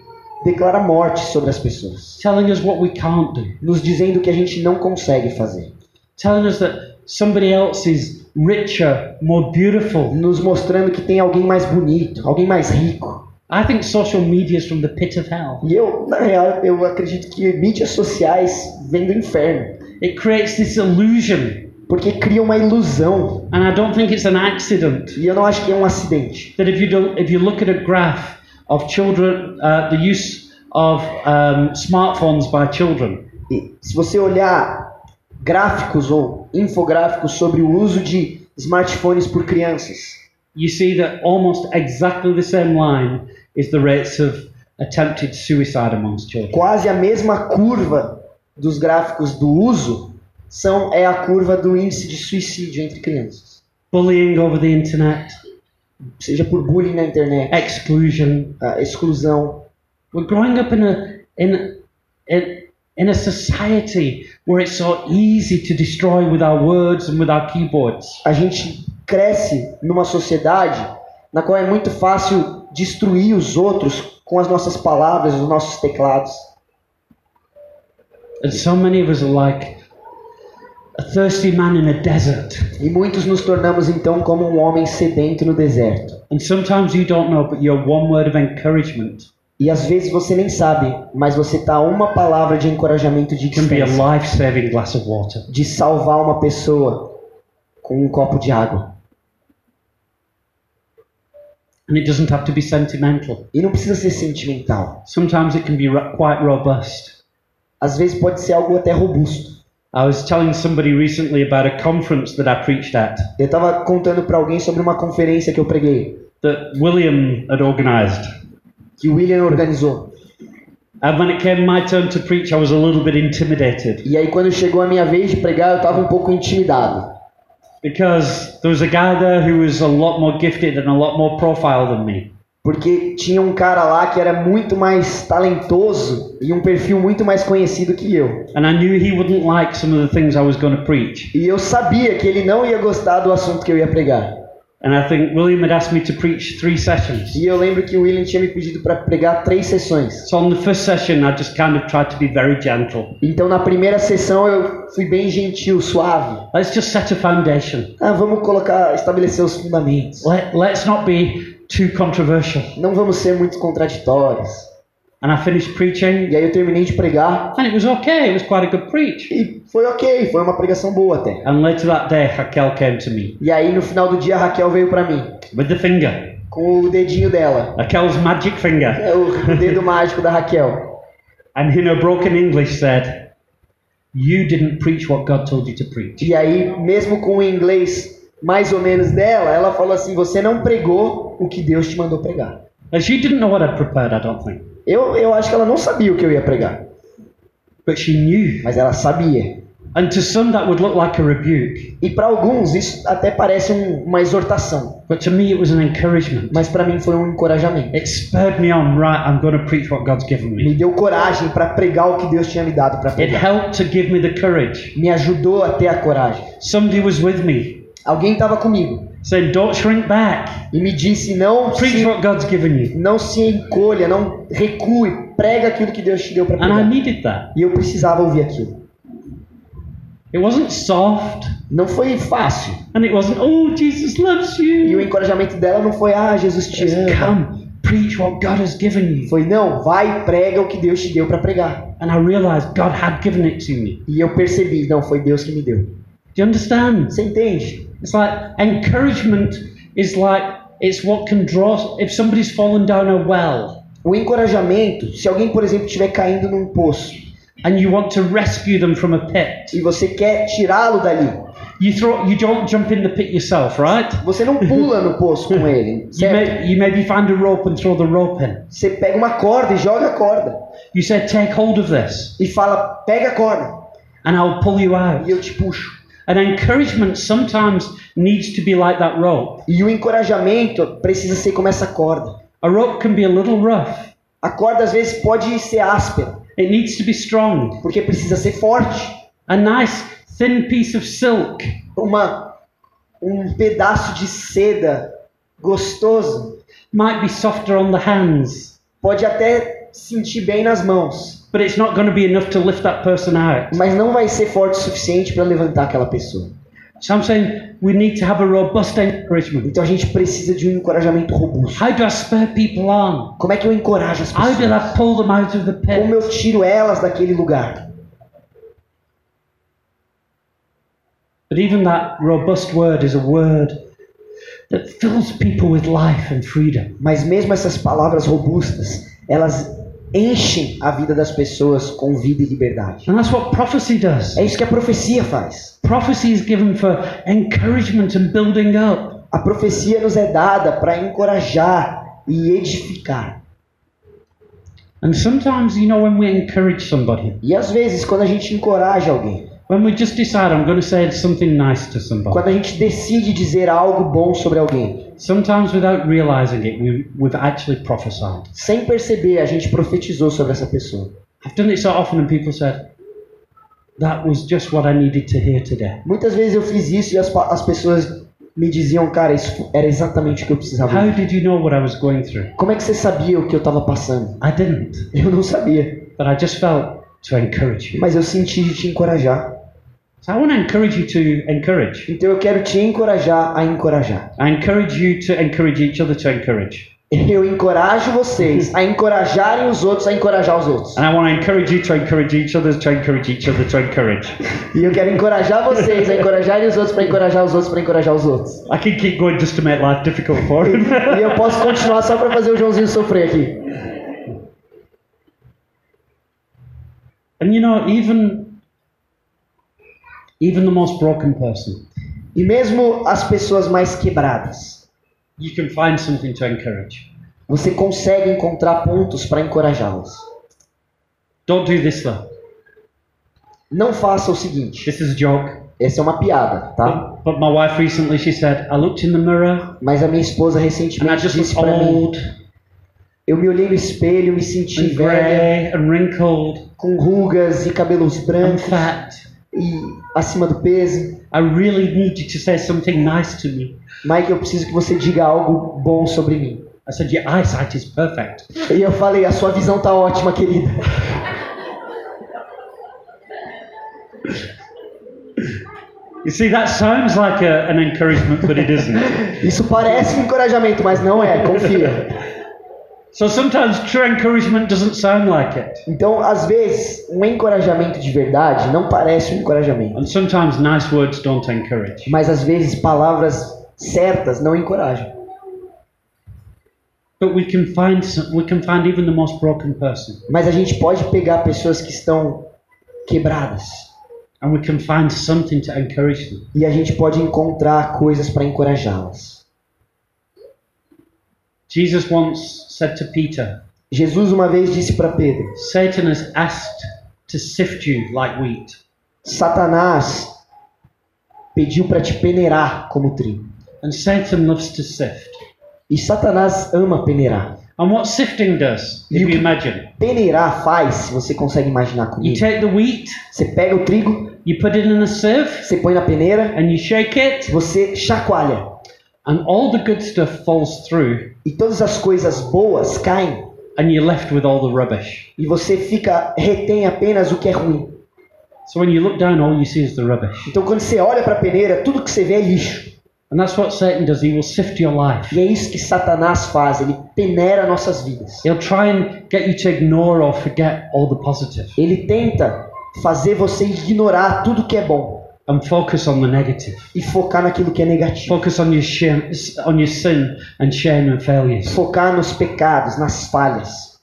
declara morte sobre as pessoas, telling us what we can't do, nos dizendo que a gente não consegue fazer, telling us that somebody else is richer, more beautiful. nos mostrando que tem alguém mais bonito, alguém mais rico. I think social media is from the pit of hell. E eu, na real, eu acredito que mídias sociais vêm do inferno, It creates this illusion, porque cria uma ilusão. and I don't think it's an accident E eu não acho que é um acidente. that if you don't, if you look at a graph of children, uh, the use of um, smartphones by children, E se você olhar gráficos ou infográficos sobre o uso de smartphones por crianças, you see that almost exactly the same line is the rates of attempted suicide amongst children. quase a mesma curva dos gráficos do uso são é a curva do índice de suicídio entre crianças, bullying over the internet, seja por bullying na internet, exclusion. a exclusão. We're growing up in a in in in a society where it's so easy to destroy with our words and with our keyboards. A gente cresce numa sociedade na qual é muito fácil destruir os outros com as nossas palavras, os nossos teclados. And so many of us are like a thirsty man in a desert. E muitos nos tornamos então como um homem sedento no deserto. And sometimes you don't know, but your one word of encouragement E às vezes você nem sabe, mas você tá a uma palavra de encorajamento de can be a distância. life-saving glass of water. de salvar uma pessoa com um copo de água. And it doesn't have to be sentimental. E não precisa ser sentimental. Sometimes it can be ru- quite robust. Às vezes pode ser algo até robusto. I was telling somebody recently about a conference that I preached at Eu estava contando para alguém sobre uma conferência que eu preguei, that William had organized. que o William organizou. And when it came my turn to preach, I was a little bit intimidated E aí quando chegou a minha vez de pregar, eu estava um pouco intimidado. because there was a guy there who was a lot more gifted and a lot more profile than me. Porque tinha um cara lá que era muito mais talentoso e um perfil muito mais conhecido que eu. And I knew he wouldn't like some of the things I was going to preach. E eu sabia que ele não ia gostar do assunto que eu ia pregar. And I think William had asked me to preach three sessions. E eu lembro que o William tinha me pedido para pregar três sessões. So on the first session, I just kind of tried to be very gentle. Então na primeira sessão eu fui bem gentil, suave. Let's just set a foundation. Ah, vamos colocar, estabelecer os fundamentos. Let, let's not be too controversial. Não vamos ser muito contraditórios. And I finished E preaching, aí eu terminei de pregar and it was okay. It was quite a good preach. e foi ok, foi uma pregação boa até. And later that day, Raquel came to me E aí no final do dia a Raquel veio para mim with the finger, com o dedinho dela, Raquel's magic finger, é o dedo *laughs* mágico da Raquel. and in her broken English said, "You didn't preach what God told you to preach." E aí mesmo com o inglês mais ou menos dela, ela falou assim: você não pregou o que Deus te mandou pregar. And she didn't know what I prepared, I don't think, Eu, eu acho que ela não sabia o que eu ia pregar, but she knew. mas ela sabia. And to some, that would look like a rebuke, E para alguns isso até parece um- uma exortação, but to me, it was an encouragement. mas para mim foi um encorajamento. It spurred me on. Right, I'm going to preach what God's given Me me. deu coragem para pregar o que Deus tinha me dado para It pregar. helped to give me the courage. Me ajudou a ter a coragem. Somebody was with me, Alguém estava comigo saying, "Don't shrink back. e me disse não Preach se, what God's given you." não se encolha, não recue, prega aquilo que Deus te deu para And I pregar. needed that. E eu precisava ouvir aquilo. It wasn't soft, Não foi fácil. and it wasn't, oh, Jesus loves E o you. encorajamento dela não foi ah Jesus te It's ama. come, preach what God has given you. Foi não, vai e prega o que Deus te deu para pregar. And I realized God had given it to me. E eu percebi não foi Deus que me deu. Do you understand? Você entende? It's like encouragement is like, it's what can draw, if somebody's fallen down a well O encorajamento, se alguém, por exemplo, estiver caindo num poço and you want to rescue them from a pit, e você quer tirá-lo dali, you throw, you don't jump in the pit yourself, right? você não pula no poço com ele, You, certo? may, you maybe find a rope and throw the rope in. Você pega uma corda e joga a corda You say, take hold of this e fala: pega a corda and I'll pull you out. e eu te puxo. And encouragement sometimes needs to be like that rope. E o encorajamento precisa ser como essa corda. A rope can be a little rough. A corda às vezes pode ser áspera, It needs to be strong. porque precisa ser forte. A nice thin piece of silk Uma, um pedaço de seda gostoso might be softer on the hands, pode até sentir bem nas mãos, but it's not going to be enough to lift that person out. mas não vai ser forte o suficiente para levantar aquela pessoa. So I'm saying we need to have a robust encouragement. Então a gente precisa de um encorajamento robusto. How do I spur people on? Como é que eu encorajo as How do pessoas? I pull them out of the Como pit? eu tiro elas daquele lugar? But even that robust word is a word that fills people with life and freedom. Mas mesmo essas palavras robustas, elas enchem a vida das pessoas com vida e liberdade. And that's what prophecy does. É isso que a profecia faz. Prophecy is given for encouragement and building up. A profecia nos é dada para encorajar e edificar. And sometimes, you know, when we encourage somebody, E às vezes, quando a gente encoraja alguém, when we just decide, I'm going to say something nice to somebody, quando a gente decide dizer algo bom sobre alguém, sometimes without realizing it, we, we've actually prophesied. sem perceber, a gente profetizou sobre essa pessoa. I've done it so often, and people said, That was just what I needed to hear today. Muitas vezes eu fiz isso e as, pa- as pessoas me diziam, cara, isso era exatamente o que eu precisava. How ouvir." did you know what I was going through? Como é que você sabia o que eu tava passando? *laughs* I didn't, Eu não sabia, but I just felt to encourage you. mas eu senti de te encorajar. So I want to encourage you to encourage. Então eu quero te encorajar a encorajar. I encourage you to encourage each other to encourage. Eu encorajo vocês a encorajarem os outros a encorajar os outros. And I want to encourage you to encourage each other to encourage each other to encourage. E eu quero encorajar vocês a encorajarem os outros para encorajar os outros para encorajar os outros. I can keep going just to make life difficult for him. *laughs* E eu posso continuar só para fazer o Joãozinho sofrer aqui. and you know, even even the most broken person, E mesmo as pessoas mais quebradas, you can find something to encourage. você consegue encontrar pontos para encorajá-los. Don't do this though. Não faça o seguinte, This is a joke. essa é uma piada, tá? But, but my wife recently, she said, I looked in the mirror Mas a minha esposa and I recentemente just disse looked para mim, old eu me olhei no espelho, me senti and velha, grey and wrinkled com rugas e cabelos and brancos fat. e acima do peso. I really need you to say something nice to me. Mike, eu preciso que você diga algo bom sobre mim. I said, Your eyesight is perfect. E eu falei, a sua visão tá ótima, querida. You see, that sounds like a, an encouragement, but it *laughs* isn't. Isso parece um encorajamento, mas não é, confia. so sometimes true encouragement doesn't sound like it. Então, às vezes, um encorajamento de verdade não parece um encorajamento. And sometimes nice words don't encourage. Mas às vezes palavras certas não encorajam. But we can find some, we can find even the most broken person, Mas a gente pode pegar pessoas que estão quebradas and we can find something to encourage them. e a gente pode encontrar coisas para encorajá-las. Jesus once said to Peter, Jesus uma vez disse para Pedro: Satan has asked to sift you like wheat, Satanás pediu para te peneirar como trigo. and Satan loves to sift. E Satanás ama peneirar. And what sifting does, if You you, can- imagine, Peneirar faz, se você consegue imaginar you comigo. take the wheat, Você pega o trigo, you put it in a sieve, você põe na peneira, and you shake it, você chacoalha. and all the good stuff falls through, E todas as coisas boas caem. and you're left with all the rubbish. E você fica, retém apenas o que é ruim. So when you look down, all you see is the rubbish. Então quando você olha para a peneira, tudo que você vê é lixo. And that's what Satan does. He will sift your life. E é isso que Satanás faz, ele peneira nossas vidas. He'll try and get you to ignore or forget all the positive Ele tenta fazer você ignorar tudo que é bom and focus on the negative. e focar naquilo que é negativo. Focus on your shame, on your sin and shame and failures. focar nos pecados, nas falhas.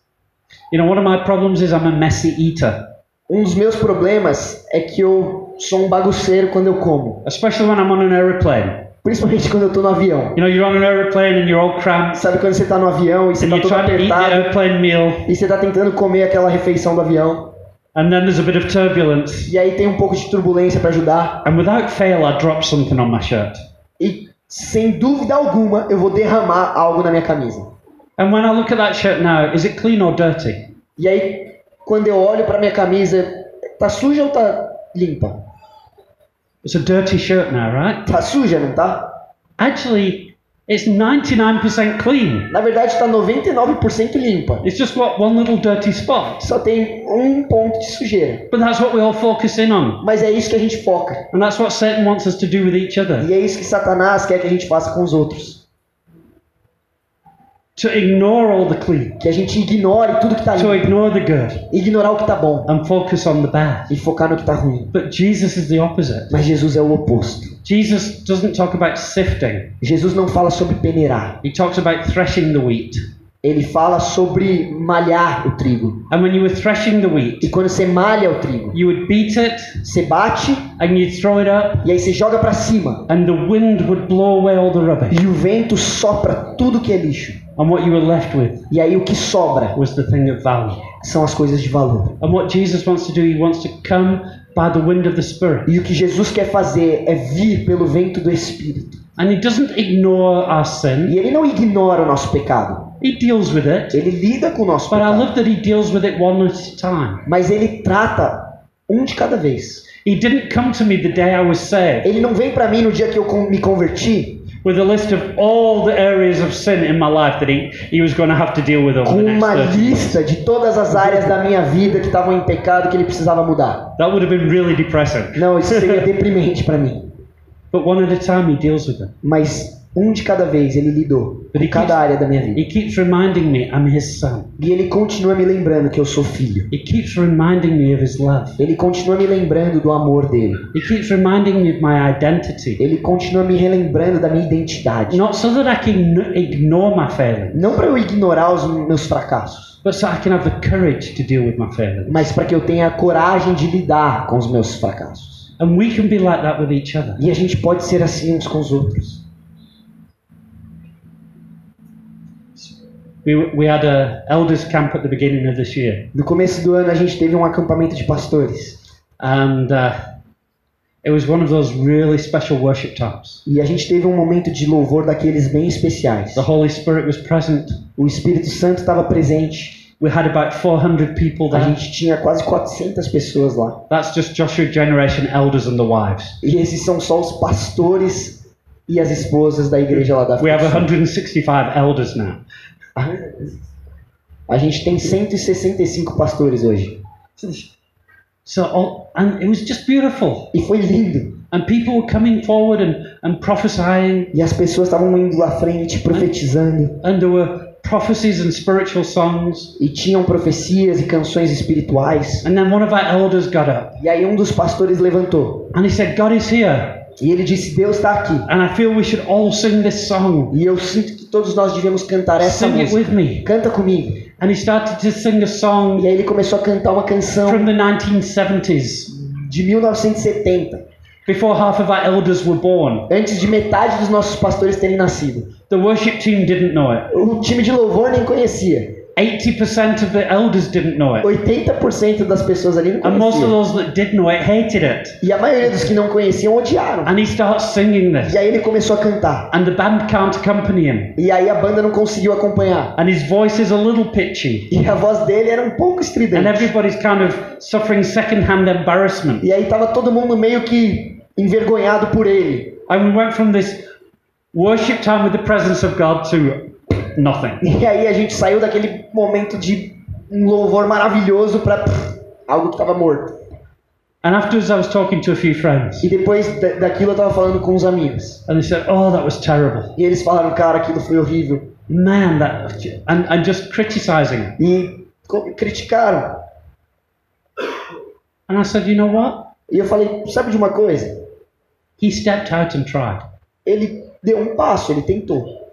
You know, one of my problems is I'm a messy eater, Um dos meus problemas é que eu sou um bagunceiro quando eu como, especially when I'm on an aeroplane. principalmente quando eu tô no avião. You know, you're on an aeroplane and you're all cramped Sabe quando você tá no avião e você and tá you're todo trying to eat the apertado airplane meal e você tá tentando comer aquela refeição do avião and then there's a bit of turbulence. e aí tem um pouco de turbulência para ajudar And without fail, I drop something on my shirt. e sem dúvida alguma eu vou derramar algo na minha camisa. And when I look at that shirt now, is it clean or dirty? E aí quando eu olho para minha camisa, tá suja ou tá limpa? It's a dirty shirt now, right? Tá suja, não tá? Actually, it's 99% clean. Na verdade tá 99% limpa. It's just what one little dirty spot. Só tem um ponto de sujeira. But that's what we all focus in on. Mas é isso que a gente foca. And that's what Satan wants us to do with each other. E é isso que Satanás quer que a gente faça com os outros. To ignore all the clean. Que a gente ignore tudo que tá To limpo. ignore the good Ignorar o que tá bom and focus on the bad. e focar no que tá ruim. But Jesus is the opposite. Mas Jesus é o oposto. Jesus doesn't talk about sifting. Jesus não fala sobre peneirar. He talks about threshing the wheat. Ele fala sobre malhar o trigo. And when you were threshing the wheat, E quando você malha o trigo, you would beat it você bate and you'd throw it up e aí você joga para cima. and the wind would blow away all the rubbish. E o vento sopra tudo que é lixo. And what you were left with E aí o que sobra was the thing of value. são as coisas de valor. And what Jesus wants to do, he wants to come by the wind of the Spirit. E o que Jesus quer fazer é vir pelo vento do Espírito. And he doesn't ignore our sin, E ele não ignora o nosso pecado. he deals with it. Ele lida com o nosso But I pecado. love that he deals with it one at a time. mas ele trata um de cada vez. He didn't come to me the day I was saved Ele não vem para mim no dia que eu con- me converti with a list of all the areas of sin in my life that he, he was going to have to deal with over com the next uma 30 years. lista de todas as áreas da minha vida que estavam em pecado que ele precisava mudar. That would have been really depressing. *laughs* Não, isso seria deprimente para mim. But one at a time, he deals with them. Mas Um de cada vez ele lidou com Ele quis- cada área da minha vida. He keeps reminding me I'm his son. E ele continua me lembrando que eu sou filho. He keeps reminding me of his love. Ele continua me lembrando do amor dele. He keeps reminding me of my identity. Ele continua me relembrando da minha identidade. Not so that I can ign- ignore my failings, Não para eu ignorar os meus fracassos, but so I can have the courage to deal with my failings. mas para que eu tenha a coragem de lidar com os meus fracassos. And we can be like that with each other. E a gente pode ser assim uns com os outros. We, we had a elders camp at the beginning of this year, No começo do ano a gente teve um acampamento de pastores and uh, it was one of those really special worship times. e a gente teve um momento de louvor daqueles bem especiais. The Holy Spirit was present. O Espírito Santo estava presente. We had about 400 people A there. gente tinha quase 400 pessoas lá. That's just Joshua generation elders and the wives. E esses são só os pastores e as esposas da igreja lá da We have frente. 165 elders now. A gente tem 165 pastores hoje. So, all, and it was just beautiful. E foi lindo. And people were coming forward and, and prophesying, E as pessoas estavam indo lá frente, profetizando. and there were prophecies and spiritual songs. E tinham profecias e canções espirituais. And then one of our elders got up E aí um dos pastores levantou. and he said, God is here. E ele disse: Deus está aqui. And I feel we should all sing this song. E eu sinto que todos nós devemos cantar essa Sing it with música. me. Canta comigo. And he started to sing a E song aí ele começou a cantar uma canção from the 1970s, de 1970, before half of our elders were born. antes de metade dos nossos pastores terem nascido. The worship team didn't know it. O time de louvor nem conhecia. 80% of the elders didn't know it. 80% das pessoas ali não And most of conheciam. those that did know it hated it. E a maioria dos que não conheciam odiaram. And he starts singing this. E aí ele começou a cantar. And the band can't accompany him. E aí a banda não conseguiu acompanhar. And his voice is a little pitchy. E a voz dele era um pouco And estridente. everybody's kind of suffering secondhand embarrassment. E aí tava todo mundo meio que envergonhado por ele. And we went from this worship time with the presence of God to nothing. E aí a gente saiu daquele momento de um louvor maravilhoso pra pff, algo que tava morto. And afterwards, I was talking to a few friends. E depois da- daquilo eu tava falando com os amigos. And they said, Oh, that was terrible. E eles falaram, cara, aquilo foi horrível. Man, that. And, and just criticizing it. E co- criticaram. And I said, You know what? E eu falei, sabe de uma coisa? He stepped out and tried. Ele deu um passo, ele tentou.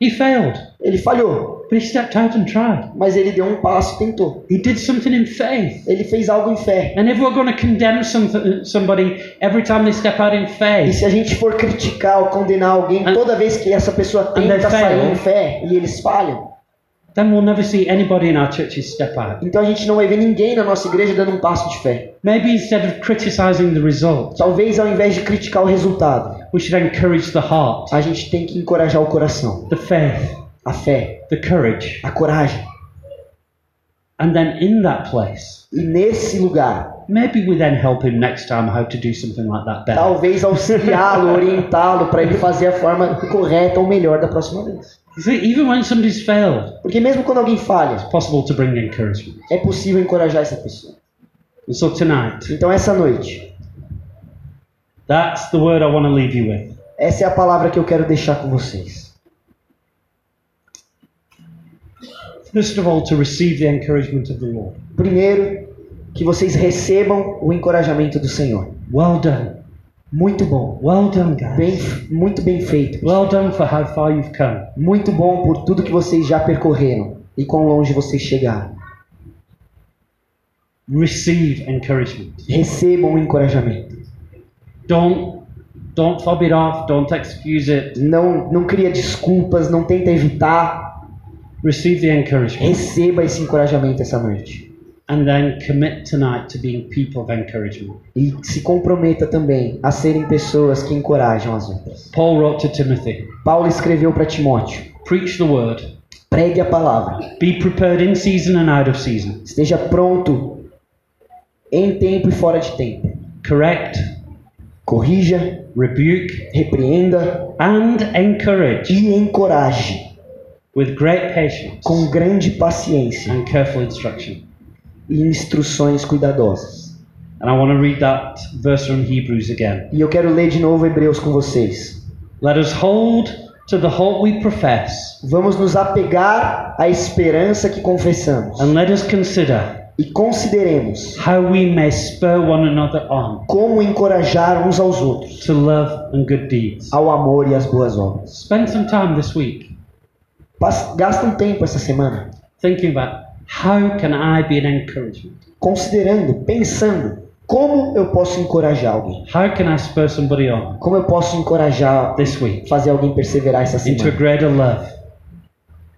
He failed, Ele falhou, but he stepped out and tried. mas ele deu um passo, tentou. He did something in faith. Ele fez algo em fé. And if we're going to condemn some, somebody every time they step out in E faith, se a gente for criticar ou condenar alguém And- toda vez que essa pessoa And tenta they sair fail. em fé e eles falham, then we'll never see anybody in our churches step out. então a gente não vai ver ninguém na nossa igreja dando um passo de fé. Maybe instead of criticizing the result, Talvez ao invés de criticar o resultado, we should encourage the heart, a gente tem que encorajar o coração, the faith, a fé, the courage. a coragem. And then in that place, E nesse lugar, maybe we then help him next time how to do something like that better. talvez auxiliá-lo, orientá-lo para ele fazer a forma correta ou melhor da próxima vez. You see, even when somebody's failed, Porque mesmo quando alguém falha, possible to bring encouragement. é possível encorajar essa pessoa. And so tonight, Então essa noite, that's the word I want to leave you with. essa é a palavra que eu quero deixar com vocês. First of all, to receive the encouragement of the Lord. Primeiro, que vocês recebam o encorajamento do Senhor. Well done. Muito bom. Well done, guys. Bem, muito bem feito. Well done for how far you've come. Muito bom por tudo que vocês já percorreram e quão longe vocês chegaram. Receive encouragement. Recebam o encorajamento. Don't don't fob it off. Don't excuse it. Não, não cria desculpas, não tenta evitar. Receive the encouragement, Receba esse encorajamento essa noite. and then commit tonight to being people of encouragement. E se comprometa também a serem pessoas que encorajam as outras. Paul wrote to Timothy, Paulo escreveu para Timóteo: "Preach the word. pregue a palavra, Be prepared in season and out of season. esteja pronto em tempo e fora de tempo. Correct, Corrija, rebuke, repreenda and encourage e encoraje with great patience com grande paciência and careful instruction." e instruções cuidadosas. And I want to read that verse from Hebrews again. E eu quero ler de novo Hebreus com vocês. Let us hold to the hope we profess, Vamos nos apegar à esperança que confessamos and let us consider e consideremos how we may spur one another on como encorajar uns aos outros to love and good deeds. ao amor e às boas obras. Spend some time this week Pas- Gasta um tempo essa semana thinking about how can I be an encouragement? considerando, pensando como eu posso encorajar alguém, How can I spur somebody on como eu posso encorajar, this week fazer alguém perseverar essa into a semana, greater love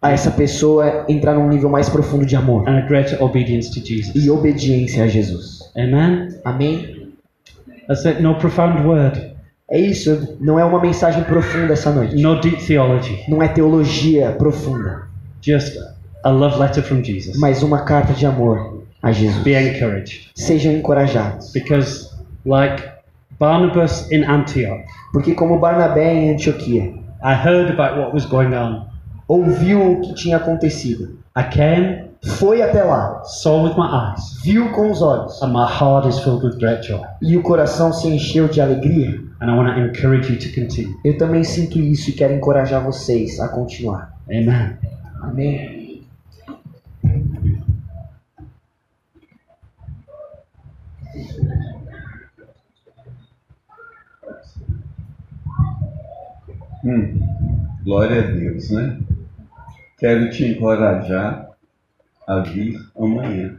a essa pessoa entrar num nível mais profundo de amor and a greater obedience to Jesus? e obediência a Jesus. Amen. Amém? That's it. No profound word, É isso, não é uma mensagem profunda essa noite. no deep theology, Não é teologia profunda, just a love letter from Jesus. mas uma carta de amor a Jesus. Be encouraged. Sejam encorajados, Because, like Barnabas in Antioch, porque como Barnabé em Antioquia I heard about what was going on. ouviu o que tinha acontecido, I came, foi até lá, saw with my eyes, viu com os olhos and my heart is filled with great joy. e o coração se encheu de alegria. And I want to encourage you to continue. Eu também sinto isso e quero encorajar vocês a continuar. Amen. Amém. Hum, glória a Deus, né? Quero te encorajar a vir amanhã.